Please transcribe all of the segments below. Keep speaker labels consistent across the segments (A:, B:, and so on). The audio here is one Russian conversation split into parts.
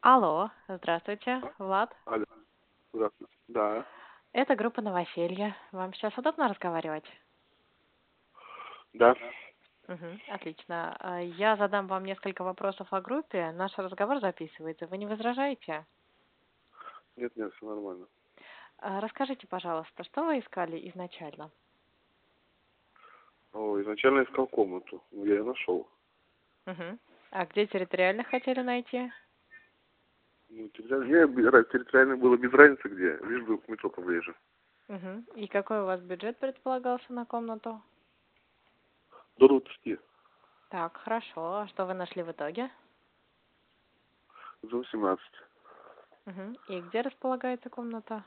A: Алло, здравствуйте, Влад.
B: Алло. Здравствуйте. А, Да.
A: Это группа «Новоселье». Вам сейчас удобно разговаривать?
B: Да.
A: Мгм, отлично. А, Я задам вам несколько вопросов о группе. Наш разговор записывается. Вы не возражаете?
B: Нет, нет, все нормально.
A: А, Расскажите, пожалуйста, что вы искали изначально?
B: О, изначально искал комнату. но Я ее нашел.
A: Мгм. А где территориально хотели найти?
B: Ну, территориально, мне ра- территориально было без разницы где, лишь бы к метро поближе.
A: Мгм. И какой у вас бюджет предполагался на комнату?
B: До 20.
A: Так, хорошо. А что вы нашли в итоге?
B: За 18.
A: Мгм. И где располагается комната?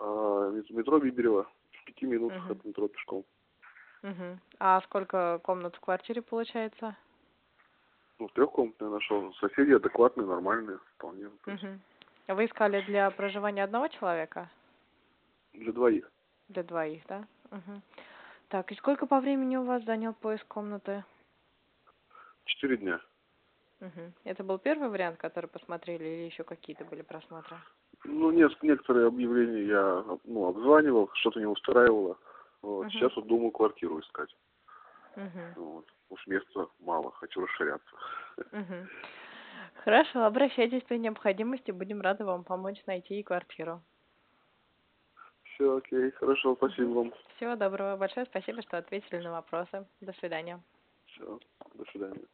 B: А, из метро Биберева. В пяти минутах
A: Мгм.
B: от метро пешком.
A: Мгм. А сколько комнат в квартире получается?
B: Ну, трехкомнатную нашел. Соседи адекватные, нормальные, вполне. То есть
A: Мгм. Вы искали для проживания одного человека?
B: Для двоих.
A: Для двоих, да? Мгм. Так, и сколько по времени у вас занял поиск комнаты?
B: Четыре дня.
A: Мгм. Это был первый вариант, который посмотрели, или еще какие-то были просмотры?
B: Ну, неск- некоторые объявления я ну, обзванивал, что-то не устраивало. Вот.
A: Мгм.
B: Сейчас вот думаю квартиру искать.
A: Мгм.
B: Вот. Уж места мало, хочу расширяться.
A: Мгм. Хорошо, обращайтесь при необходимости, будем рады вам помочь найти и квартиру.
B: Все, окей, хорошо, спасибо вам.
A: Всего доброго, большое спасибо, что ответили на вопросы. До свидания.
B: Все, до свидания.